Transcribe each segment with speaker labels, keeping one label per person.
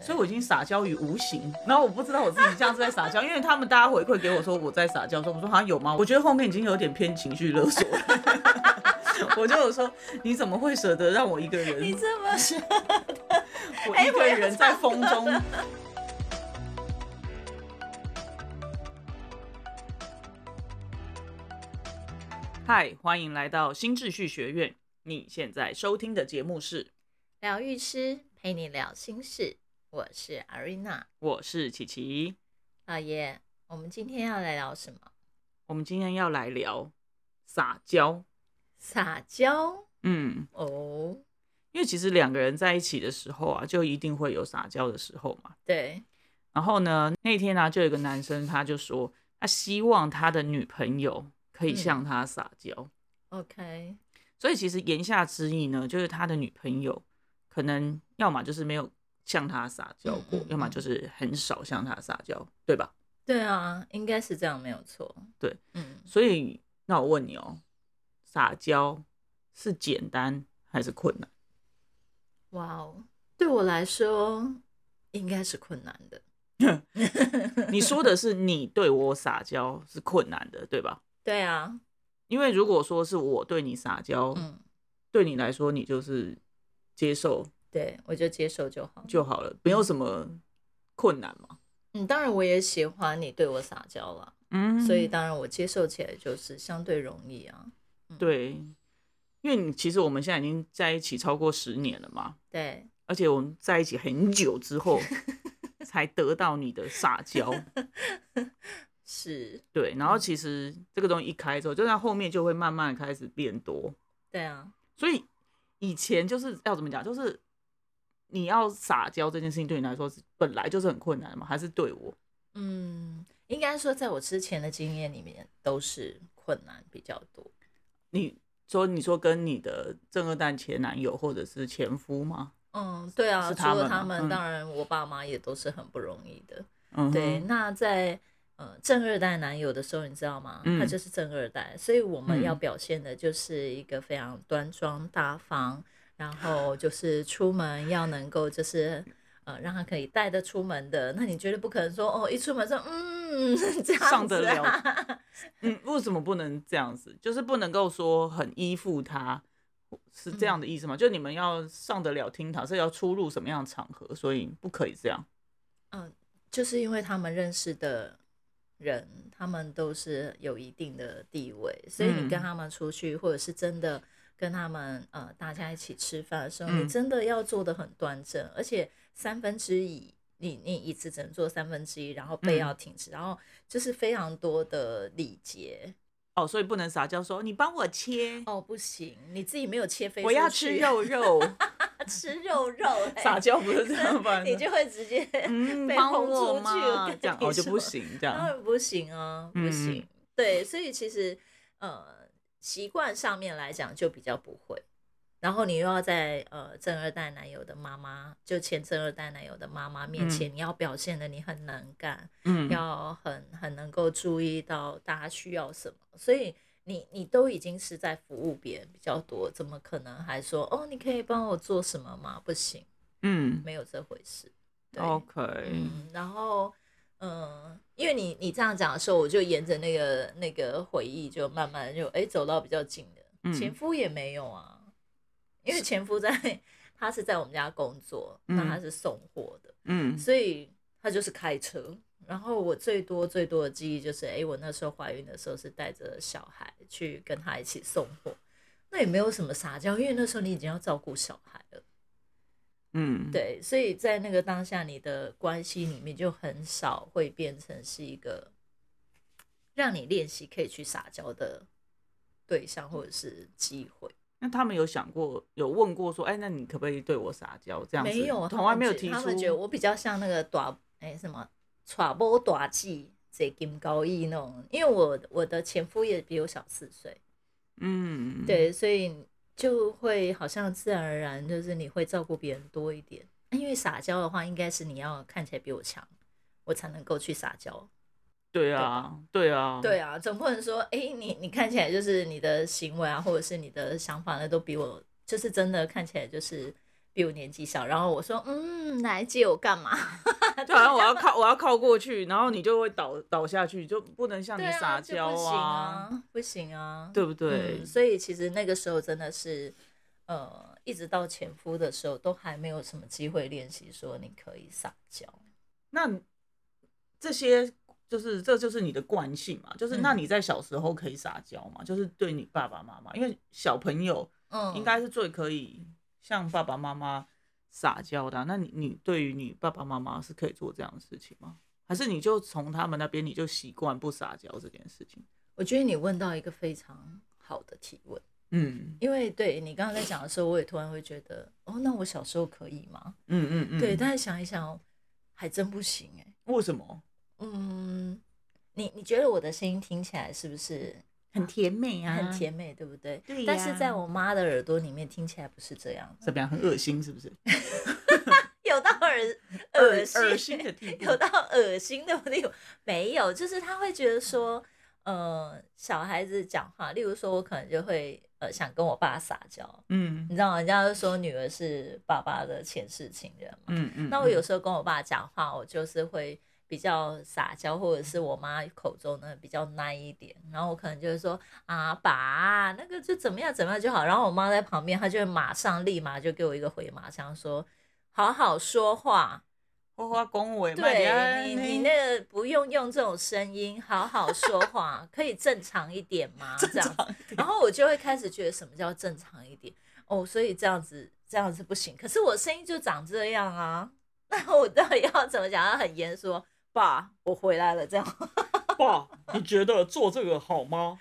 Speaker 1: 所以我已经撒娇于无形，然后我不知道我自己这样是在撒娇，因为他们大家回馈给我说我在撒娇，说我说好像有吗？我觉得后面已经有点偏情绪勒索了。 我就有说，你怎么会舍得让我一个人？
Speaker 2: 你这么说，
Speaker 1: 我一个人在风中。嗨，欢迎来到新秩序学院。你现在收听的节目是，
Speaker 2: 疗愈师陪你聊心事，我是阿瑞娜
Speaker 1: 我是琪琪。
Speaker 2: 老爷。我们今天要来聊什么？
Speaker 1: 我们今天要来聊撒娇。
Speaker 2: 撒娇
Speaker 1: 嗯，
Speaker 2: 哦，
Speaker 1: 因为其实两个人在一起的时候啊，就一定会有撒娇的时候嘛。
Speaker 2: 对，
Speaker 1: 然后呢，那天呢、就有一个男生，他就说他希望他的女朋友可以
Speaker 2: 嗯
Speaker 1: 向他撒娇。
Speaker 2: OK，
Speaker 1: 所以其实言下之意呢，就是他的女朋友可能要么就是没有向他撒娇过，
Speaker 2: 嗯嗯嗯
Speaker 1: 要么就是很少向他撒娇，对吧？
Speaker 2: 对啊，应该是这样，没有错。
Speaker 1: 对，
Speaker 2: 嗯，
Speaker 1: 所以那我问你哦，撒娇是简单还是困难？
Speaker 2: 哇哦，对我来说应该是困难的。
Speaker 1: 你说的是你对我撒娇是困难的，对吧？
Speaker 2: 对啊，
Speaker 1: 因为如果说是我对你撒娇，
Speaker 2: 嗯，
Speaker 1: 对你来说你就是接受
Speaker 2: 对，我就接受就好。
Speaker 1: 就好了，没有什么困难嘛。
Speaker 2: 嗯，当然我也喜欢你对我撒娇了，
Speaker 1: 嗯
Speaker 2: 所以当然我接受起来就是相对容易啊。
Speaker 1: 对，因为你其实我们现在已经在一起超过十年了嘛，
Speaker 2: 对，
Speaker 1: 而且我们在一起很久之后才得到你的撒娇，
Speaker 2: 是，
Speaker 1: 对，然后其实这个东西一开之后，就在后面就会慢慢地开始变多，
Speaker 2: 对啊，
Speaker 1: 所以以前就是要怎么讲，就是你要撒娇这件事情对你来说是本来就是很困难嘛，还是对我，
Speaker 2: 嗯，应该说在我之前的经验里面都是困难比较多。
Speaker 1: 你说你说跟你的正二代前男友或者是前夫吗？
Speaker 2: 嗯，对啊，
Speaker 1: 是
Speaker 2: 除
Speaker 1: 他
Speaker 2: 了
Speaker 1: 们
Speaker 2: 他
Speaker 1: 啊
Speaker 2: 们，
Speaker 1: 嗯
Speaker 2: 当然我爸妈也都是很不容易的。
Speaker 1: 嗯哼，
Speaker 2: 对，那在呃正二代男友的时候，你知道吗？
Speaker 1: 嗯
Speaker 2: 他就是正二代，所以我们
Speaker 1: 嗯
Speaker 2: 要表现的就是一个非常端庄大方，然后就是出门要能够就是。呃，让他可以带得出门的，那你绝对不可能说哦，一出门说嗯 这样子、啊、啊
Speaker 1: 上得了嗯，为什么不能这样子？就是不能够说很依附他，是这
Speaker 2: 嗯
Speaker 1: 样的意思吗？就你们要上得了厅堂，是要出入什么样的场合，所以不可以这样。
Speaker 2: 就是因为他们认识的人，他们都是有一定的地位，所以你
Speaker 1: 嗯
Speaker 2: 跟他们出去，或者是真的跟他们呃大家一起吃饭的时候，
Speaker 1: 嗯
Speaker 2: 你真的要做的很端正，而且三分之一。你你椅子只能坐三分之一，然后
Speaker 1: 嗯
Speaker 2: 背要挺直，然后就是非常多的礼节
Speaker 1: 哦，所以不能撒娇说你帮我切，
Speaker 2: 哦，不行，你自己没有切飞，
Speaker 1: 我要吃，肉肉，
Speaker 2: 吃肉肉、欸，
Speaker 1: 撒娇不是这 样吧？
Speaker 2: 你就会直接
Speaker 1: 嗯，
Speaker 2: 被
Speaker 1: 帮
Speaker 2: 轰
Speaker 1: 我
Speaker 2: 出去我
Speaker 1: 嘛，
Speaker 2: 跟
Speaker 1: 这样
Speaker 2: 你
Speaker 1: 哦就不
Speaker 2: 说
Speaker 1: 行，这
Speaker 2: 当
Speaker 1: 样
Speaker 2: 然不行啊，不
Speaker 1: 嗯
Speaker 2: 行。对，所以其实呃，习惯上面来讲就比较不会。然后你又要在呃正二代男友的妈妈，就前正二代男友的妈妈面前，你要表现的你很能干，
Speaker 1: 嗯，
Speaker 2: 要很很能够注意到大家需要什么，所以你你都已经是在服务别人比较多，怎么可能还说哦你可以帮我做什么吗？不行，
Speaker 1: 嗯
Speaker 2: 没有这回事。对。
Speaker 1: ，OK，
Speaker 2: 嗯，然后，嗯，因为你你这样讲的时候，我就沿着那个那个回忆，就慢慢就哎走到比较近的、
Speaker 1: 嗯
Speaker 2: 前夫也没有啊，因为前夫在 他是在我们家工作，那
Speaker 1: 嗯
Speaker 2: 他是送货的，
Speaker 1: 嗯
Speaker 2: 所以他就是开车。然后我最多最多的记忆就是，哎，我那时候怀孕的时候是带着小孩去跟他一起送货，那也没有什么撒娇，因为那时候你已经要照顾小孩了。
Speaker 1: 嗯，，
Speaker 2: 对，所以在那个当下，你的关系里面就很少会变成是一个让你练习可以去撒娇的对象或者是机会。
Speaker 1: 那他们有想过，有问过说，哎，那你可不可以对我撒娇？这样子
Speaker 2: 没有，啊
Speaker 1: 从来没有
Speaker 2: 他们觉
Speaker 1: 提
Speaker 2: 他们觉得
Speaker 1: 出，
Speaker 2: 我比较像那个短哎、什么耍波短技这金高义那种，因为我我的前夫也比我小四岁，
Speaker 1: 嗯，。
Speaker 2: 对，所以就会好像自然而然就是你会照顾别人多一点。因为撒娇的话，应该是你要看起来比我强，我才能够去撒娇。
Speaker 1: 对啊，对啊，
Speaker 2: 对啊，总不能说，哎、你你看起来就是你的行为啊，或者是你的想法呢，都比我就是真的看起来就是比我年纪小，然后我说嗯，来借我 干嘛？
Speaker 1: 就好像啊我要靠我要靠过去，然后你就会倒倒下去，就不能像你
Speaker 2: 对啊，
Speaker 1: 撒
Speaker 2: 就
Speaker 1: 娇
Speaker 2: 不行啊，不行啊，
Speaker 1: 对不对？
Speaker 2: 嗯所以其实那个时候真的是，呃，一直到前夫的时候，都还没有什么机会练习说你可以撒娇。
Speaker 1: 那这些就是这就是你的惯性嘛，就是
Speaker 2: 嗯
Speaker 1: 那你在小时候可以撒娇嘛，就是对你爸爸妈妈，因为小朋友
Speaker 2: 嗯
Speaker 1: 应该是最可以向爸爸妈妈撒娇的啊、那你你对于你爸爸妈妈是可以做这样的事情吗？还是你就从他们那边你就习惯不撒娇这件事情？
Speaker 2: 我觉得你问到一个非常好的提问，
Speaker 1: 嗯
Speaker 2: 因为对你刚刚在讲的时候，我也突然会觉得，哦，那我小时候可以吗？
Speaker 1: 嗯嗯嗯，
Speaker 2: 对，但是想一想，还真不行哎、
Speaker 1: 为什么
Speaker 2: 嗯，你你觉得我的声音听起来是不是
Speaker 1: 很甜美啊？
Speaker 2: 很甜美，对不对？
Speaker 1: 对
Speaker 2: 但是
Speaker 1: 呀
Speaker 2: 在我妈的耳朵里面听起来不是这样子，
Speaker 1: 怎么样？很恶心是不是？
Speaker 2: 有到耳
Speaker 1: 恶
Speaker 2: 恶心
Speaker 1: 恶心的地步
Speaker 2: 有。到恶心的地步没有，就是他会觉得说，呃，小孩子讲话，例如说，我可能就会呃想跟我爸撒娇，
Speaker 1: 嗯
Speaker 2: 你知道吗？人家就说女儿是爸爸的前世情人嘛。
Speaker 1: 嗯嗯。
Speaker 2: 那我有时候跟我爸讲话，我就是会比较撒娇，或者是我妈口中呢比较奶一点，然后我可能就会说啊爸，那个就怎么样怎么样就好。然后我妈在旁边，她就会马上立马就给我一个回马枪说，好好说话。
Speaker 1: 花花恭维，慢点
Speaker 2: 对你，你那个不用用这种声音，好好说话，可以正常一点 吗？这样，然后我就会开始觉得什么叫正常一点哦，所以这样子这样子不行。可是我声音就长这样啊， 那我到底要怎么讲？要很严肃说，爸，我回来了，这样。
Speaker 1: 爸，你觉得做这个好吗？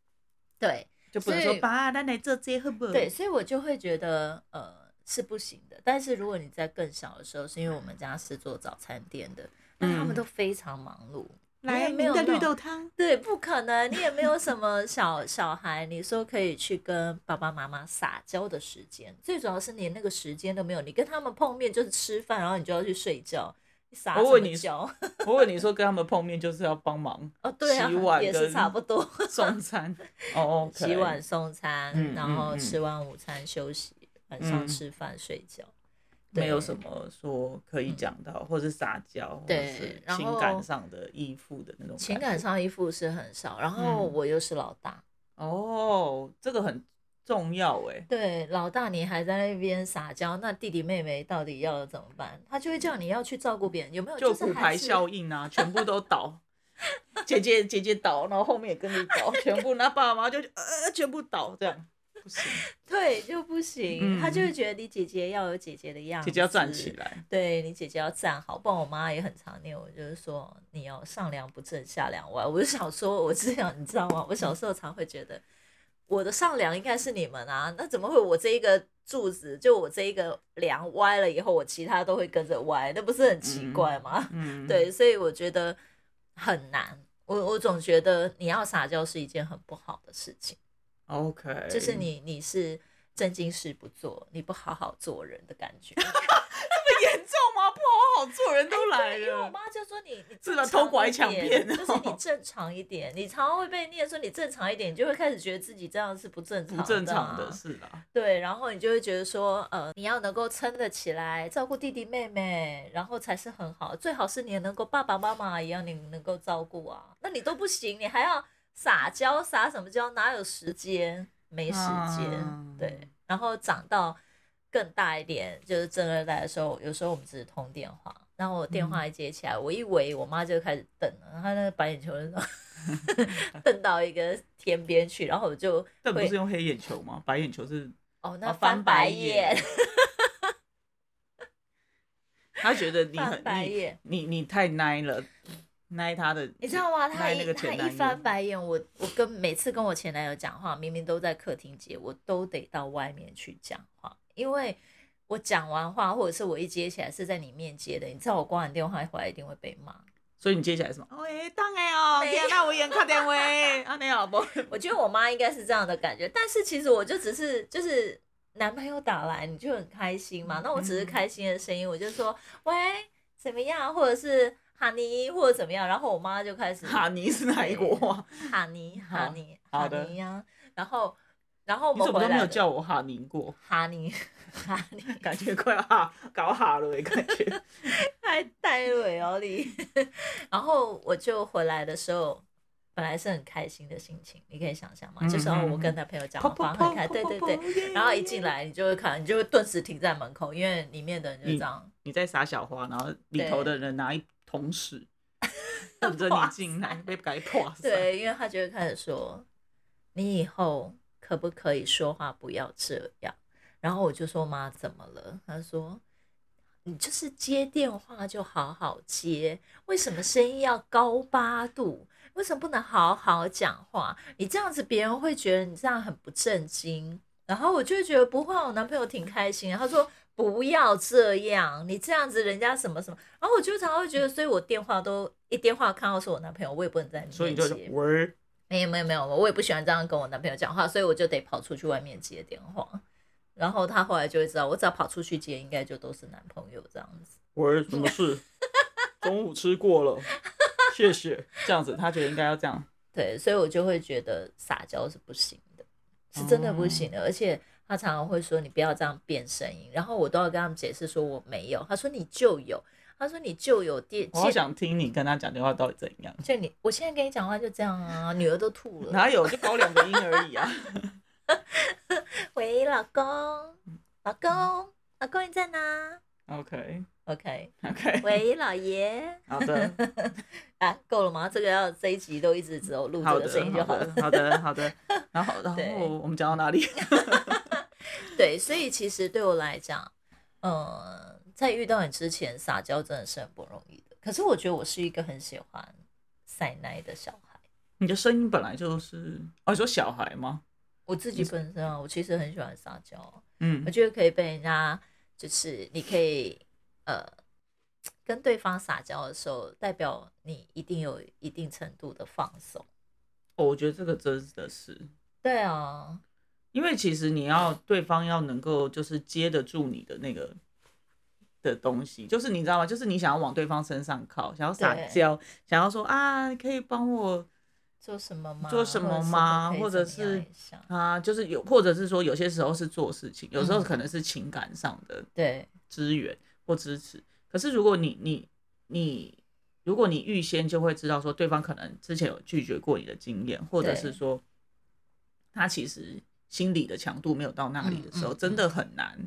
Speaker 2: 对
Speaker 1: 就不能
Speaker 2: 所
Speaker 1: 说
Speaker 2: 以
Speaker 1: 爸，咱来做这好不好？
Speaker 2: 对，，所以我就会觉得呃是不行的。但是如果你在更小的时候，是因为我们家是做早餐店的，那他
Speaker 1: 嗯
Speaker 2: 们都非常忙碌。因
Speaker 1: 来
Speaker 2: 为没
Speaker 1: 您
Speaker 2: 有
Speaker 1: 的
Speaker 2: 那
Speaker 1: 绿
Speaker 2: 种
Speaker 1: 豆汤。
Speaker 2: 对，不可能，你也没有什么小 小孩，你说可以去跟爸爸妈妈撒娇的时间，最主要是连那个时间都没有，你跟他们碰面就是吃饭，然后你就要去睡觉，你撒什
Speaker 1: 我问
Speaker 2: 么
Speaker 1: 你
Speaker 2: 娇？
Speaker 1: 我问你说，跟他们碰面就是要帮 忙
Speaker 2: 哦，对啊
Speaker 1: 洗碗，
Speaker 2: 也
Speaker 1: 跟
Speaker 2: 是差 不多，
Speaker 1: 送餐哦，OK，
Speaker 2: 洗碗送餐，
Speaker 1: 嗯
Speaker 2: 然后
Speaker 1: 嗯嗯
Speaker 2: 吃完午餐休息，晚
Speaker 1: 嗯
Speaker 2: 上吃饭睡觉。对
Speaker 1: 没有什么说可以讲到，或是撒娇，或者
Speaker 2: 对
Speaker 1: 是
Speaker 2: 然
Speaker 1: 情
Speaker 2: 后
Speaker 1: 感上的依附的那种
Speaker 2: 情感
Speaker 1: 觉
Speaker 2: 上依附是很少，然后
Speaker 1: 嗯
Speaker 2: 我又是老大，
Speaker 1: 哦，这个很重要哎。
Speaker 2: 对，老大你还在那边撒娇，那弟弟妹妹到底要怎么办？他就会叫你要去照顾别人，有没有？
Speaker 1: 嗯哦就是骨
Speaker 2: 还
Speaker 1: 牌
Speaker 2: 是
Speaker 1: 效应 啊，全部都倒。姐姐姐姐倒，然后后面也跟着倒， 全部那爸爸妈妈就呃全部倒，这样不行，
Speaker 2: 对就不行，
Speaker 1: 嗯
Speaker 2: 他就会觉得你姐姐要有姐姐的样子，
Speaker 1: 姐姐要站起，来。
Speaker 2: 对你姐姐要站好。不然我妈也很常念我，就是说你要上梁不正下梁歪。我就想说，我这样你知道吗？我小时候常会觉得我的上梁应该是你们啊，那怎么会我这一个柱子就我这一个梁歪了以后，我其他都会跟着歪，那不是很奇怪吗？
Speaker 1: 嗯，
Speaker 2: 对，所以我觉得很难。我我总觉得你要撒娇是一件很不好的事情，
Speaker 1: ，OK，
Speaker 2: 就是你你是正经事不做，你不好好做人的感觉。
Speaker 1: 严重吗？不好好做人都 来
Speaker 2: 因 为我
Speaker 1: 了，
Speaker 2: 妈就说你你
Speaker 1: 是
Speaker 2: 正
Speaker 1: 吧
Speaker 2: 常
Speaker 1: 偷拐
Speaker 2: 一
Speaker 1: 抢
Speaker 2: 点
Speaker 1: 骗
Speaker 2: 就是你
Speaker 1: 哦
Speaker 2: 正常一点，你常常会被念说你正常一点，你就会开始觉得自己这样是不正常
Speaker 1: 不正常
Speaker 2: 啊
Speaker 1: 的事啦。
Speaker 2: 对，然后你就会觉得说，呃，你要能够撑得起来，照顾弟弟妹妹，然后才是很好。最好是你也能够爸爸妈妈一样，你能够照顾啊。那你都不行，你还要撒娇，撒什么娇？哪有时间？没时间。
Speaker 1: 啊
Speaker 2: 对，然后长到更大一点，就是正二代的时候，有时候我们只是通电话，然后我电
Speaker 1: 嗯
Speaker 2: 话一接起来，我一围，我妈就开始瞪了，她那个白眼球就 瞪到一个天边去，然后我就
Speaker 1: 但不
Speaker 2: 会
Speaker 1: 是用黑眼球吗？白眼球是
Speaker 2: 哦，
Speaker 1: 哦
Speaker 2: 那
Speaker 1: 翻
Speaker 2: 翻
Speaker 1: 白
Speaker 2: 白眼
Speaker 1: 眼， 他觉得你
Speaker 2: 翻
Speaker 1: 很
Speaker 2: 白
Speaker 1: 你
Speaker 2: 眼，
Speaker 1: 你你太奶了，奶他的，
Speaker 2: 你知道 吗？他
Speaker 1: 奶那
Speaker 2: 一
Speaker 1: 个
Speaker 2: 他
Speaker 1: 前
Speaker 2: 一
Speaker 1: 男友
Speaker 2: 翻白眼，我我跟每次跟我前男友讲话，明明都在客厅接，我都得到外面去讲话，因为我讲完话，或者是我一接起来是在你面接的，你知道我挂完电话回来一定会被 骂。
Speaker 1: 所以你接下来什么？喂，当然哦，天那我演快点喂，阿你好 不？
Speaker 2: 我觉得我妈应该是这样的感觉，但是其实我就只是就是男朋友打来，你就很开心嘛。那我
Speaker 1: 嗯
Speaker 2: 只是开心的声音，我就说喂怎么样，或者是哈尼或者怎么样，然后我妈就开始
Speaker 1: 哈尼是哪一国话？啊
Speaker 2: 哈尼哈尼
Speaker 1: 好
Speaker 2: 哈
Speaker 1: 的
Speaker 2: 尼呀、然后。然后我
Speaker 1: 你
Speaker 2: 们
Speaker 1: 怎么
Speaker 2: 回
Speaker 1: 都没
Speaker 2: 来
Speaker 1: 有
Speaker 2: 的
Speaker 1: 叫我哈尼过？
Speaker 2: 哈尼， 哈尼
Speaker 1: 感觉快要哈搞哈了欸，感 觉
Speaker 2: 太呆了哦你。 然后我就回来的时候，本来是很开心的心情，你可以想
Speaker 1: 嗯
Speaker 2: 象吗？就是哦，我跟男朋友讲话很开，对对对。
Speaker 1: 对
Speaker 2: 然后一进，来，你就会看，你就会顿时停在门口，因为里面的人就这样，
Speaker 1: 你在撒小花，然后里头的人拿一桶屎等着你进 来，被改破。，
Speaker 2: 对，因为他就会开始说，你以后可不可以说话不要这样？然后我就说妈怎么了？他说。你就是接电话就好好接，为什么声音要高八度？为什么不能好好讲话？你这样子，别人会觉得你这样很不正经。然后我就会觉得不会啊，我男朋友挺开心的。他说不要这样，你这样子人家什么什么。然后我就常常会觉得，所以我电话都一电话看到是我男朋友，我也不能在里面接。
Speaker 1: 所以你就是喂儿，
Speaker 2: 没有没有没有，我也不喜欢这样跟我男朋友讲话，所以我就得跑出去外面接电话。然后他后来就会知道，我只要跑出去接，应该就都是男朋友这样子。
Speaker 1: 喂儿，什么事？ 中午吃过了，谢谢。这样子，他觉得应该要这样。
Speaker 2: 对，所以我就会觉得撒娇是不行的，是真的不行的。
Speaker 1: 哦
Speaker 2: 而且他常常会说你不要这样变声音，然后我都要跟他们解释说我没有。他说你就有，他说你就有电，
Speaker 1: 我好
Speaker 2: 见
Speaker 1: 想听你跟他讲电话到底怎样。
Speaker 2: 就你，我现在跟你讲话就这样啊，女儿都吐了。
Speaker 1: 哪有就高两个音而已啊？
Speaker 2: 喂，老公，老公，老公你在哪
Speaker 1: OK
Speaker 2: ？OK，
Speaker 1: OK，
Speaker 2: 喂，老爷
Speaker 1: 好的，
Speaker 2: 啊，够了吗？这个要这一集都一直只有录
Speaker 1: 好
Speaker 2: 这
Speaker 1: 的
Speaker 2: 个声音就，好
Speaker 1: 好
Speaker 2: 了。
Speaker 1: 的，好的，好的。然后，然
Speaker 2: 对
Speaker 1: 后我们讲到哪里？
Speaker 2: 对，所以其实对我来讲，呃，在遇到你之前，撒娇真的是很不容易的。可是我觉得我是一个很喜欢塞奶的小孩，
Speaker 1: 你的声音本来就是，哦，你说小孩吗？
Speaker 2: 我自己本身啊，我其实很喜欢撒娇啊，
Speaker 1: 嗯
Speaker 2: 我，觉得可以被人家，就是你可以呃跟对方撒娇的时候，代表你一定有一定程度的放松。
Speaker 1: 哦我觉得这个真的是，
Speaker 2: 对啊，
Speaker 1: 因为其实你要对方要能够就是接得住你的那个的东西，就是你知道吗？就是你想要往对方身上靠，想要撒
Speaker 2: 对
Speaker 1: 娇，想要说啊，可以帮我
Speaker 2: 做什么吗？
Speaker 1: 做什么吗
Speaker 2: 或
Speaker 1: 或
Speaker 2: 者
Speaker 1: 者
Speaker 2: 是怎么样
Speaker 1: 是
Speaker 2: 一下
Speaker 1: 啊，就是有，或者是说有些时候是做事情，有时候
Speaker 2: 嗯
Speaker 1: 可能是情感上的
Speaker 2: 对
Speaker 1: 支援或支持。可是如果你你你，如果你预先就会知道说对方可能之前有拒绝过你的经验，或者
Speaker 2: 对
Speaker 1: 是说他其实心理的强度没有到那里的时候，
Speaker 2: 嗯嗯
Speaker 1: 真的很难，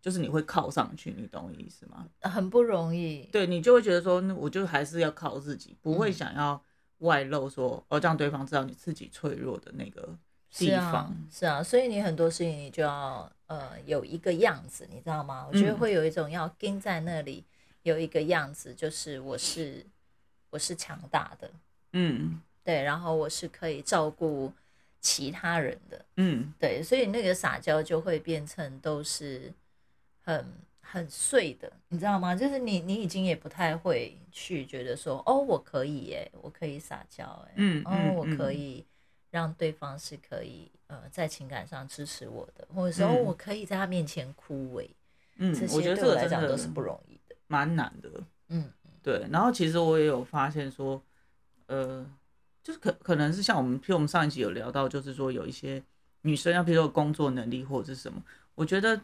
Speaker 1: 就是你会靠上去，你懂我意思吗？
Speaker 2: 很不容易。
Speaker 1: 对你就会觉得说，那我就还是要靠自己，不会
Speaker 2: 嗯
Speaker 1: 想要外露说哦，让对方知道你自己脆弱的那个地方。
Speaker 2: 是啊，是啊，所以你很多事情你就要呃有一个样子，你知道吗？我觉得
Speaker 1: 嗯
Speaker 2: 会有一种要盯在那里，有一个样子，就是我是我是强大的，
Speaker 1: 嗯
Speaker 2: 对，然后我是可以照顾其他人的，
Speaker 1: 嗯，
Speaker 2: 对，所以那个撒娇就会变成都是很很碎的，你知道吗？就是你你已经也不太会去觉得说，哦，我可以耶，我可以撒娇哎，
Speaker 1: 嗯
Speaker 2: 哦，
Speaker 1: 嗯
Speaker 2: 我可
Speaker 1: 嗯
Speaker 2: 以让对方是可以呃在情感上支持我的，或者说、哦
Speaker 1: 嗯
Speaker 2: 我可以在他面前哭哎，
Speaker 1: 嗯
Speaker 2: 这，
Speaker 1: 我觉得
Speaker 2: 些对
Speaker 1: 这
Speaker 2: 我
Speaker 1: 个
Speaker 2: 来
Speaker 1: 真
Speaker 2: 讲
Speaker 1: 的
Speaker 2: 都是不容易的，
Speaker 1: 蛮难的。
Speaker 2: 嗯，
Speaker 1: 对，然后其实我也有发现说，呃，就是可可能是像我们，譬如我们上一集有聊到，就是说有一些女生，要譬如说工作能力或者是什么，我觉得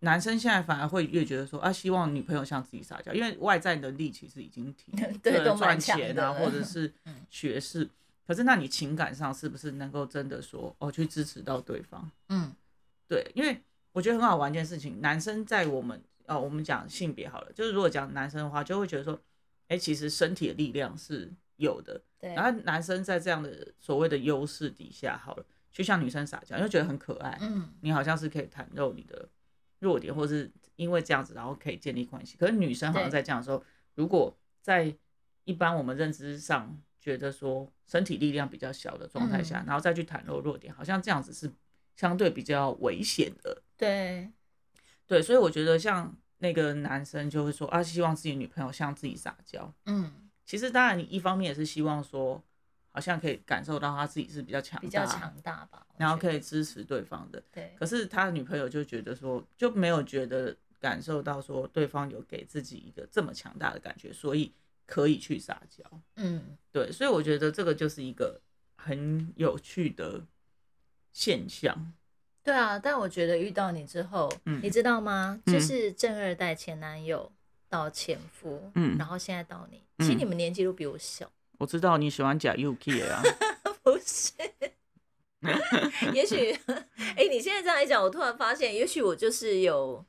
Speaker 1: 男生现在反而会越觉得说啊，希望女朋友向自己撒娇，因为外在能力其实已经挺
Speaker 2: 对
Speaker 1: 对
Speaker 2: 都蛮
Speaker 1: 赚
Speaker 2: 强
Speaker 1: 钱
Speaker 2: 的
Speaker 1: 啊，
Speaker 2: 了
Speaker 1: 或者是
Speaker 2: 嗯
Speaker 1: 学士，可是那你情感上是不是能够真的说哦去支持到对方？
Speaker 2: 嗯
Speaker 1: 对，因为我觉得很好玩一件事情，男生在我们呃，我们讲性别好了，就是如果讲男生的话，就会觉得说，哎、其实身体的力量是有的，
Speaker 2: 对，
Speaker 1: 然后男生在这样的所谓的优势底下，好了，去向女生撒娇，又觉得很可爱，
Speaker 2: 嗯
Speaker 1: 你好像是可以袒露你的弱点，或是因为这样子，然后可以建立关系。可是女生好像
Speaker 2: 对
Speaker 1: 在这样的时候，如果在一般我们认知上觉得说身体力量比较小的状态
Speaker 2: 嗯
Speaker 1: 下，然后再去袒露弱点，好像这样子是相对比较危险的。
Speaker 2: 对，
Speaker 1: 对，所以我觉得像那个男生就会说啊，希望自己女朋友向自己撒娇。
Speaker 2: 嗯
Speaker 1: 其实当然，你一方面也是希望说，好像可以感受到他自己是比较强大，
Speaker 2: 比较强大吧，我
Speaker 1: 然后
Speaker 2: 觉
Speaker 1: 可
Speaker 2: 得
Speaker 1: 以支持对方的。
Speaker 2: 对
Speaker 1: 可是他的女朋友就觉得说，就没有觉得感受到说对方有给自己一个这么强大的感觉，所以可以去撒娇。
Speaker 2: 嗯
Speaker 1: 对，所以我觉得这个就是一个很有趣的现象。
Speaker 2: 对啊，但我觉得遇到你之后，
Speaker 1: 嗯
Speaker 2: 你知道吗？
Speaker 1: 嗯
Speaker 2: 就是正二代前男友到前夫，
Speaker 1: 嗯
Speaker 2: 然后现在到你，其实
Speaker 1: 嗯
Speaker 2: 你们年纪都比我小，
Speaker 1: 我知道你喜欢假 UK 啊，
Speaker 2: 不是？也许， 哎、你现在这样一讲，我突然发现，也许我就是有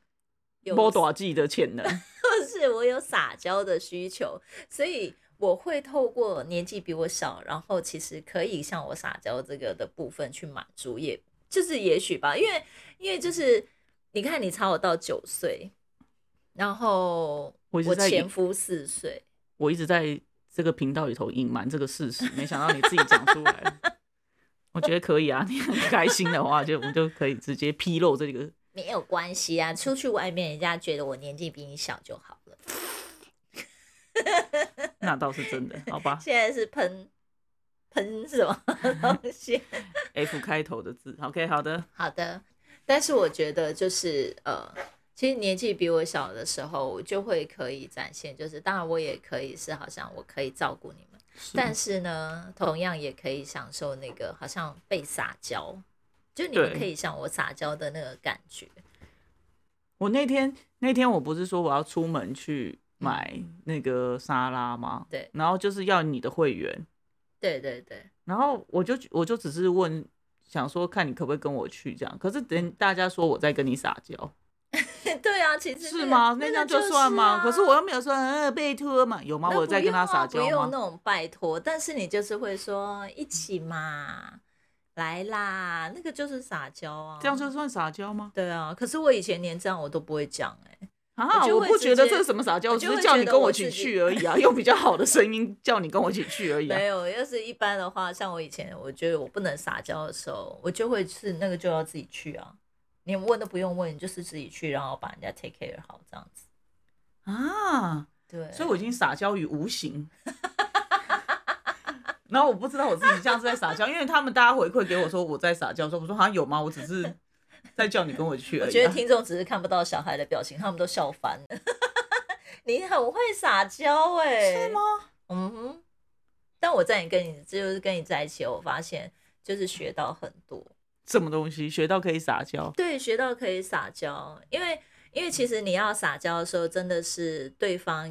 Speaker 2: 有
Speaker 1: 波多季的潜能，
Speaker 2: 就是我有撒娇的需求，所以我会透过年纪比我小，然后其实可以像我撒娇这个的部分去满足也，就是也许吧，因为因为就是你看你差我到九岁，然后
Speaker 1: 我一直
Speaker 2: 我
Speaker 1: 在
Speaker 2: 前夫四岁，
Speaker 1: 我一直在这个频道里头隐瞒这个事实，没想到你自己讲出来了。我觉得可以啊，你很开心的话，就我们就可以直接披露这个。
Speaker 2: 没有关系啊，出去外面人家觉得我年纪比你小就好了。
Speaker 1: 那倒是真的，好吧
Speaker 2: 现在是喷喷什么 东西？
Speaker 1: ？F 开头的字，OK，好的，
Speaker 2: 好的，但是我觉得就是呃，其实年纪比我小的时候，我就会可以展现，就是当然我也可以是好像我可以照顾你们，但是呢，同样也可以享受那个好像被撒娇，就你们
Speaker 1: 对
Speaker 2: 可以像我撒娇的那个感觉。
Speaker 1: 我那天那天我不是说我要出门去买那个沙拉吗？
Speaker 2: 嗯对
Speaker 1: 然后就是要你的会员，
Speaker 2: 对对对，
Speaker 1: 然后我就我就只是问，想说看你可不可以跟我去这样，可是等大家说我在跟你撒娇，
Speaker 2: 对啊，其实、
Speaker 1: 是吗？那
Speaker 2: 那个
Speaker 1: 这样
Speaker 2: 就
Speaker 1: 就算吗？
Speaker 2: 啊
Speaker 1: 可是我又没有说呃拜托嘛，有吗？
Speaker 2: 那
Speaker 1: 我有在
Speaker 2: 不
Speaker 1: 跟他
Speaker 2: 用啊
Speaker 1: 撒娇
Speaker 2: 不用那
Speaker 1: 吗？
Speaker 2: 种拜托，但是你就是会说一起嘛，来啦，那个就是撒娇啊，
Speaker 1: 这样就算撒娇吗？
Speaker 2: 对啊，可是我以前连这样我都不会讲哎、
Speaker 1: 啊，
Speaker 2: 我就
Speaker 1: 我
Speaker 2: 会
Speaker 1: 不
Speaker 2: 直
Speaker 1: 觉得
Speaker 2: 接
Speaker 1: 这是什么撒娇，
Speaker 2: 我
Speaker 1: 我
Speaker 2: 就
Speaker 1: 只是
Speaker 2: 会
Speaker 1: 叫
Speaker 2: 觉
Speaker 1: 你
Speaker 2: 得
Speaker 1: 跟
Speaker 2: 我
Speaker 1: 我一起
Speaker 2: 自己
Speaker 1: 去而已啊，用比较好的声音叫你跟我一起去而已啊
Speaker 2: 没。有。要是一般的话，像我以前，我觉得我不能撒娇的时候，我就会是那个就要自己去啊，你问都不用问，你就是自己去，然后把人家 take care 好这样子。
Speaker 1: 啊，
Speaker 2: 对，
Speaker 1: 所以我已经撒娇于无形。 然后我不知道我自己这样是在撒娇，因为他们大家回馈给我说我在撒娇，说我说好像有吗？我只是在叫你跟我去而已、啊。
Speaker 2: 我觉得听众只是看不到小孩的表情，他们都笑翻了。 你很会撒娇哎、
Speaker 1: 是吗？？
Speaker 2: 嗯哼。但我在你跟你就是跟你在一起，我发现就是学到很多。
Speaker 1: 什么东西学到可以撒娇？
Speaker 2: 对，学到可以撒娇，因为因为其实你要撒娇的时候，真的是对方，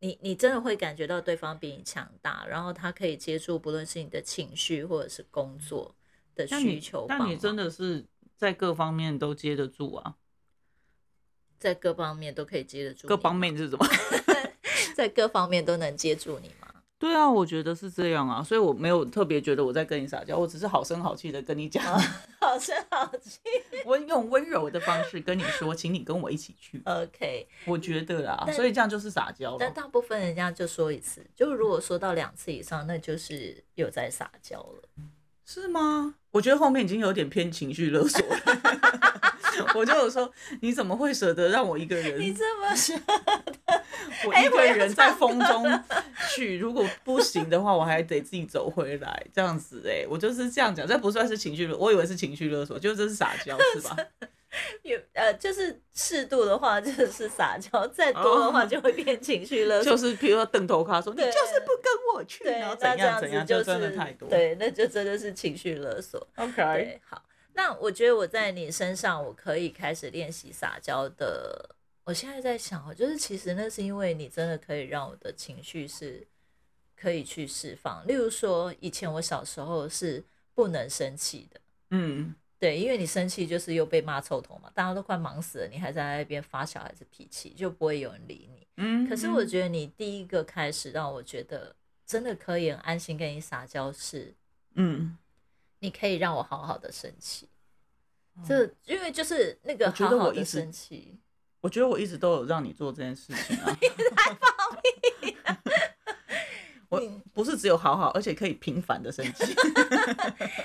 Speaker 2: 你你真的会感觉到对方比你强大，然后他可以接触，不论是你的情绪或者是工作的
Speaker 1: 那
Speaker 2: 需
Speaker 1: 你
Speaker 2: 求
Speaker 1: 那你真
Speaker 2: 的
Speaker 1: 的是在各方面都接得住啊？
Speaker 2: 在各方面都可以接得住，
Speaker 1: 各方，面是什么？
Speaker 2: 在各方面都能接住你吗？
Speaker 1: 对啊，我觉得是这样啊，所以我没有特别觉得我在跟你撒娇，我只是好声好气的跟你讲，
Speaker 2: 哦好声好气。
Speaker 1: 我用 温柔的方式跟你说，请你跟我一起去。
Speaker 2: OK，
Speaker 1: 我觉得啦，
Speaker 2: 但
Speaker 1: 所以这样就是撒娇
Speaker 2: 但
Speaker 1: 了。
Speaker 2: 大部分人家就说一次，就如果说到两次以上，那就是有在撒娇了。
Speaker 1: 是吗？我觉得后面已经有点偏情绪勒索了。 我就有说，你怎么会舍得让我一个
Speaker 2: 你
Speaker 1: 人，
Speaker 2: 这么说，
Speaker 1: 我
Speaker 2: 哎
Speaker 1: 一
Speaker 2: 我
Speaker 1: 个
Speaker 2: 要
Speaker 1: 人在风中去？如果不行的话，我还得自己走回来，这样子哎、我就是这样讲，这不算是情绪勒，我以为是情绪勒索，就这是撒娇是 吧？
Speaker 2: 有呃，就是适度的话就是撒娇，再多的话就会变情绪勒 索。
Speaker 1: 哦就是譬如说瞪头咖说你
Speaker 2: 对
Speaker 1: 就是不跟我去，
Speaker 2: 对，
Speaker 1: 然后
Speaker 2: 那
Speaker 1: 怎
Speaker 2: 这
Speaker 1: 样
Speaker 2: 样
Speaker 1: 怎样，
Speaker 2: 子就是
Speaker 1: 真的太多。哎
Speaker 2: 对，那就真的是情绪勒索。
Speaker 1: ，OK，
Speaker 2: 对，好，那我觉得我在你身上，我可以开始练习撒娇的。我现在在想哦，就是其实那是因为你真的可以让我的情绪是可以去释放。例如说，以前我小时候是不能生气的，
Speaker 1: 嗯，
Speaker 2: 对，因为你生气就是又被骂臭头嘛，大家都快忙死了，你还在那边发小孩子脾气，就不会有人理你。
Speaker 1: 嗯，
Speaker 2: 可是我觉得你第一个开始让我觉得真的可以很安心跟你撒娇是，
Speaker 1: 嗯，
Speaker 2: 你可以让我好好的生气。这因为就是那个
Speaker 1: 哦我觉
Speaker 2: 好
Speaker 1: 得
Speaker 2: 好
Speaker 1: 我一
Speaker 2: 的
Speaker 1: 直
Speaker 2: 生气，
Speaker 1: 我觉得我一直都有让你做这件事情 啊。 我
Speaker 2: 嗯
Speaker 1: 不是只有好好，而且可以频繁的生 气，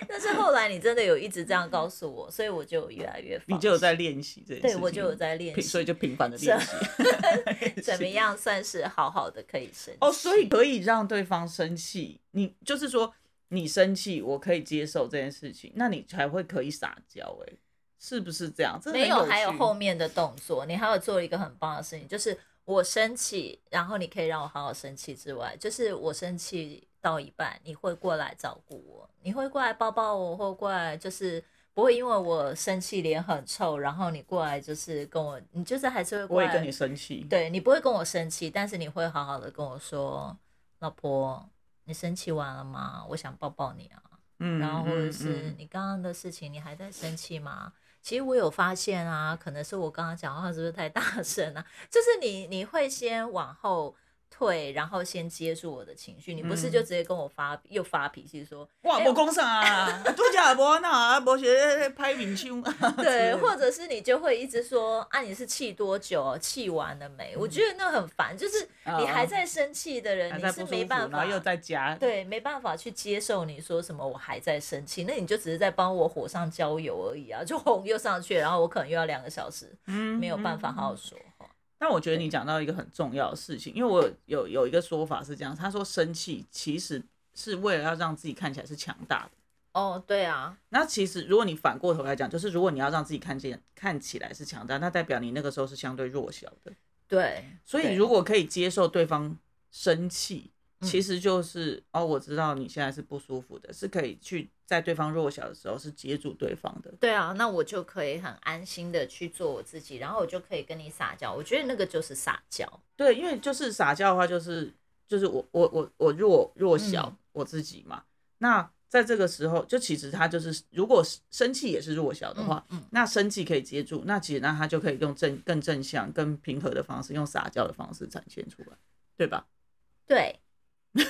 Speaker 2: 但是后来你真的有一直这样告诉我，所以我就越来越
Speaker 1: 你
Speaker 2: 放
Speaker 1: 就有在
Speaker 2: 弃
Speaker 1: 练习这件事
Speaker 2: 对
Speaker 1: 情。
Speaker 2: 我就有在练
Speaker 1: 频，所以
Speaker 2: 习，
Speaker 1: 就频繁的练习。
Speaker 2: 怎么样算是好好的可以生气？
Speaker 1: 哦，所以可以让对方生气，你就是说你生气，我可以接受这件事情，那你才会可以撒娇，哎，是不是这样？这
Speaker 2: 没有，
Speaker 1: 有，
Speaker 2: 还有后。面的动作，你还有做了一个很棒的事情，就是我生气，然后你可以让我好好生气之外，就是我生气到一半，你会过来照顾我，你会过来抱抱我，或过来就是不会因为我生气脸很臭，然后你过来就是跟我，你就是还是会
Speaker 1: 我
Speaker 2: 过
Speaker 1: 也
Speaker 2: 来，
Speaker 1: 跟你生气。
Speaker 2: 对你不会跟我生气，但是你会好好的跟我说，老婆，你生气完了吗？我想抱抱你啊。
Speaker 1: 嗯，
Speaker 2: 然后或者
Speaker 1: 嗯
Speaker 2: 是
Speaker 1: 嗯
Speaker 2: 你刚刚的事情，你还在生气吗？其实我有发现啊，可能是我刚刚讲话是不是太大声啊？ 就是你你会先往后退，然后先接住我的情绪，你不是
Speaker 1: 嗯
Speaker 2: 就直接跟我发又发脾气说，
Speaker 1: 哇，
Speaker 2: 哎
Speaker 1: 我讲啥啊？ 拄则无那啊，无是拍面相啊。之类
Speaker 2: 对，
Speaker 1: 的
Speaker 2: 或者是你就会一直说啊，你是气多久？气完了没？我觉得那很烦，就是你还在生气的
Speaker 1: 嗯啊
Speaker 2: 人，
Speaker 1: 还
Speaker 2: 你
Speaker 1: 在
Speaker 2: 是
Speaker 1: 不舒
Speaker 2: 没
Speaker 1: 服，
Speaker 2: 办
Speaker 1: 然
Speaker 2: 法
Speaker 1: 后。又在家。
Speaker 2: 对，没办法去接受你说什么，我还在生气，那你就只是在帮我火上浇油而已啊，就红又上去，然后我可能又要两个小时，
Speaker 1: 嗯，
Speaker 2: 没有办法
Speaker 1: 嗯
Speaker 2: 好好说话。
Speaker 1: 但我觉得你讲到一个很重要的事情，因为我有有有一个说法是这样，他说生气其实是为了要让自己看起来是强大的。
Speaker 2: 哦，对啊，
Speaker 1: 那其实如果你反过头来讲，就是如果你要让自己看见看起来是强大，那代表你那个时候是相对弱小的。
Speaker 2: 对，
Speaker 1: 所以
Speaker 2: 对
Speaker 1: 如果可以接受对方生气，
Speaker 2: 嗯
Speaker 1: 其实就是、哦，我知道你现在是不舒服的，是可以去在对方弱小的时候是接住对方的。
Speaker 2: 对啊，那我就可以很安心的去做我自己，然后我就可以跟你撒娇，我觉得那个就是撒娇。
Speaker 1: 对，因为就是撒娇的话、就是，就是我我我我弱弱小、
Speaker 2: 嗯
Speaker 1: 我自己嘛。那在这个时候，就其实他就是，如果是生气也是弱小的话，
Speaker 2: 嗯
Speaker 1: 那生气可以接住，那其实那他就可以用正更正向、更平和的方式，用撒娇的方式展现出来，对吧？
Speaker 2: 对，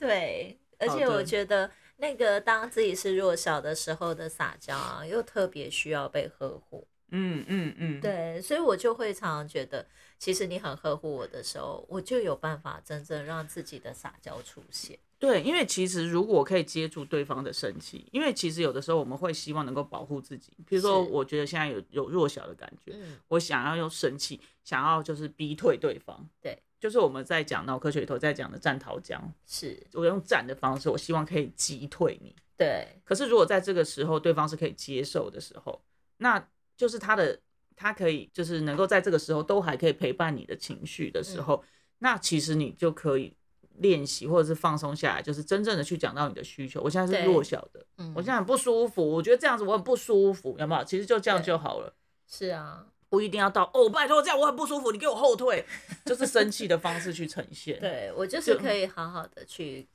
Speaker 2: 对，而
Speaker 1: 好
Speaker 2: 且我
Speaker 1: 的
Speaker 2: 觉得那个当自己是弱小的时候的撒娇啊，又特别需要被呵护。
Speaker 1: 嗯嗯嗯，，
Speaker 2: 对，所以我就会常常觉得，其实你很呵护我的时候，我就有办法真正让自己的撒娇出现。
Speaker 1: 对，因为其实如果可以接住对方的生气，因为其实有的时候我们会希望能够保护自己，比如说
Speaker 2: 是
Speaker 1: 我觉得现在有有弱小的感觉，
Speaker 2: 嗯，
Speaker 1: 我想要用生气，想要就是逼退对方。
Speaker 2: 对，
Speaker 1: 就是我们在讲脑科学里头在讲的战桃僵，
Speaker 2: 是
Speaker 1: 我用战的方式，我希望可以击退你。
Speaker 2: 对，
Speaker 1: 可是如果在这个时候对方是可以接受的时候，那就是他的他可以就是能够在这个时候都还可以陪伴你的情绪的
Speaker 2: 嗯
Speaker 1: 时候，那其实你就可以练习或者是放松下来，就是真正的去讲到你的需求。我现在是
Speaker 2: 对
Speaker 1: 弱小的，
Speaker 2: 嗯，
Speaker 1: 我现在很不舒服，我觉得这样子我很不舒服，有没有？其实就这样
Speaker 2: 对
Speaker 1: 就好了。
Speaker 2: 是啊，
Speaker 1: 不一定要到哦，拜托这样我很不舒服，你给我后退，就是生气的方式去呈现。
Speaker 2: 对我就是
Speaker 1: 就
Speaker 2: 可以好好的去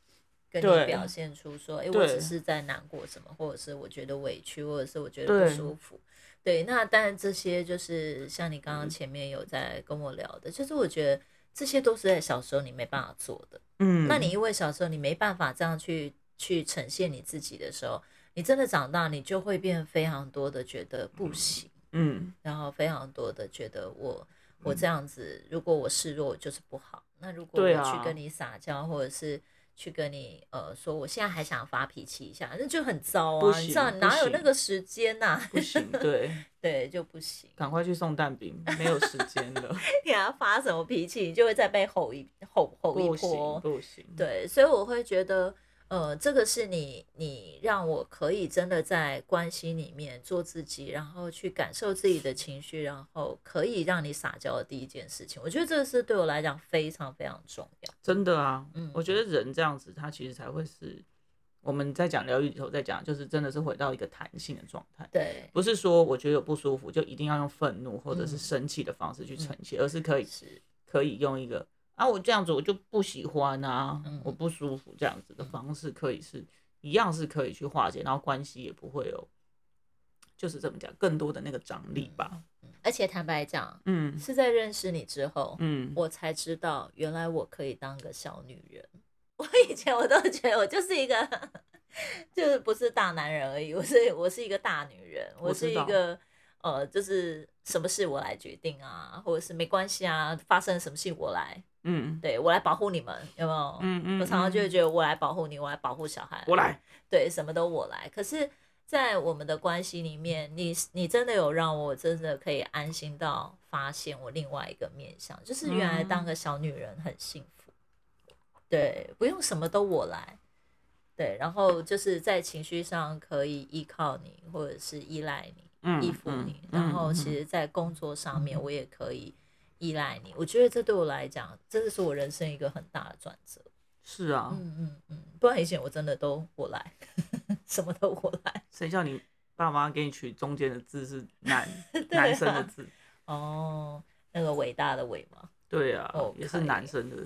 Speaker 2: 跟
Speaker 1: 对
Speaker 2: 你表现出说，哎，我只
Speaker 1: 对
Speaker 2: 是在难过什么，或者是我觉得委屈，或者是我觉得
Speaker 1: 对
Speaker 2: 不舒服。对，那当然这些就是像你
Speaker 1: 嗯
Speaker 2: 刚刚前面有在跟我聊的，就是我觉得这些都是在小时候你没办法做的。
Speaker 1: 嗯，
Speaker 2: 那你因为小时候你没办法这样去去呈现你自己的时候，你真的长大，你就会变非常多的觉得不行，
Speaker 1: 嗯
Speaker 2: 然后非常多的觉得我我这样子，如果我示弱，我就是不好。那如果我
Speaker 1: 对啊
Speaker 2: 去跟你撒娇，或者是去跟你呃说，我现在还想发脾气一下，那就很糟
Speaker 1: 不
Speaker 2: 啊！
Speaker 1: 行
Speaker 2: 你知道
Speaker 1: 不
Speaker 2: 哪有那
Speaker 1: 行
Speaker 2: 个时间呐、
Speaker 1: 不行，对，
Speaker 2: 对，就不行。
Speaker 1: 赶快去送蛋饼，没有时间了，
Speaker 2: 你给他发什么脾气，你就会再被吼一吼吼一
Speaker 1: 不
Speaker 2: 波
Speaker 1: 行。不行，
Speaker 2: 对，所以我会觉得，呃，这个是你你让我可以真的在关系里面做自己，然后去感受自己的情绪，然后可以让你撒娇的第一件事情。我觉得这个是对我来讲非常非常重要。
Speaker 1: 真的啊，
Speaker 2: 嗯
Speaker 1: 我觉得人这样子，他其实才会是我们在讲疗愈里头在讲，就是真的是回到一个弹性的状态。
Speaker 2: 对，
Speaker 1: 不是说我觉得有不舒服就一定要用愤怒或者是
Speaker 2: 嗯
Speaker 1: 生气的方式去呈现，而是可以
Speaker 2: 是，
Speaker 1: 可以用一个啊，我这样子我就不喜欢啊，
Speaker 2: 嗯
Speaker 1: 我不舒服这样子的方式，可以是一样是可以去化解，然后关系也不会有，就是怎么讲，更多的那个张力
Speaker 2: 嗯
Speaker 1: 吧。
Speaker 2: 而且坦白讲，
Speaker 1: 嗯
Speaker 2: 是在认识你之后，
Speaker 1: 嗯，
Speaker 2: 我才知道原来我可以当个小女人。我以前我都觉得我就是一个，就是不是大男人而已，我是我是一个大女人，
Speaker 1: 我
Speaker 2: 我是
Speaker 1: 知
Speaker 2: 一
Speaker 1: 道
Speaker 2: 个呃，就是什么事我来决定啊，或者是没关系啊，发生什么事我来，
Speaker 1: 嗯
Speaker 2: 对我来保护你们，有没有？
Speaker 1: 嗯嗯，
Speaker 2: 我常常就会
Speaker 1: 嗯
Speaker 2: 觉得我来保护你，我来保护小孩，
Speaker 1: 我来，
Speaker 2: 对，什么都我来。可是，在我们的关系里面，你你真的有让我真的可以安心到发现我另外一个面相，就是原来
Speaker 1: 嗯
Speaker 2: 当个小女人很幸福，对，不用什么都我来，对，然后就是在情绪上可以依靠你，或者是依赖你。
Speaker 1: 嗯
Speaker 2: 依附
Speaker 1: 嗯
Speaker 2: 你，
Speaker 1: 嗯
Speaker 2: 然后
Speaker 1: 嗯
Speaker 2: 其实，在工作上面我也可以依赖你。我觉得这对我来讲，真的是我人生一个很大的转折。
Speaker 1: 是啊，
Speaker 2: 嗯嗯嗯嗯，不然以前我真的都我来。 什么都我来。
Speaker 1: 谁叫你爸妈给你取中间的字是 男
Speaker 2: 啊
Speaker 1: 男生的字？
Speaker 2: 哦，那个伟大的伟嘛，
Speaker 1: 对啊，
Speaker 2: 哦
Speaker 1: 也
Speaker 2: 可
Speaker 1: 是
Speaker 2: 以
Speaker 1: 男生的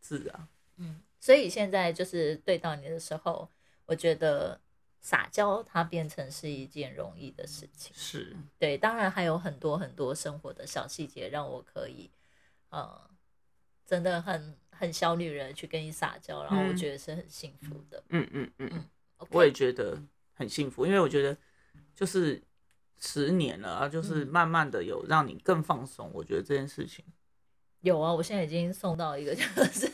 Speaker 1: 字啊。
Speaker 2: 嗯，所以现在就是对到你的时候，我觉得撒娇它变成是一件容易的事情。
Speaker 1: 是，
Speaker 2: 嗯对，当然还有很多很多生活的小细节让我可以，呃，真的很很小女人去跟你撒娇，然后我
Speaker 1: 嗯
Speaker 2: 觉得是很幸福的。
Speaker 1: 嗯嗯嗯，
Speaker 2: OK
Speaker 1: 我也觉得很幸福，因为我觉得就是十年了啊，就是
Speaker 2: 嗯
Speaker 1: 慢慢的有让你更放松。我觉得这件事 情
Speaker 2: 有啊，我现在已经送到一个，就是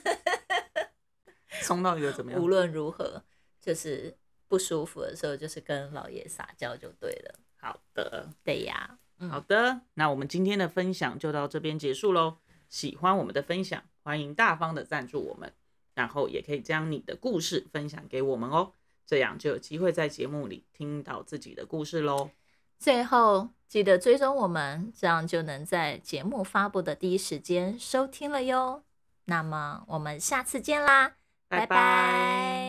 Speaker 1: 松到一个怎么样
Speaker 2: 无？论如何，就是不舒服的时候，就是跟老爷撒娇就对了。
Speaker 1: 好的，
Speaker 2: 对呀，嗯
Speaker 1: 好的，那我们今天的分享就到这边结束喽。喜欢我们的分享，欢迎大方的赞助我们，然后也可以将你的故事分享给我们哦，这样就有机会在节目里听到自己的故事喽。
Speaker 2: 最后记得追踪我们，这样就能在节目发布的第一时间收听了哟。那么我们下次见啦，拜
Speaker 1: 拜拜
Speaker 2: 拜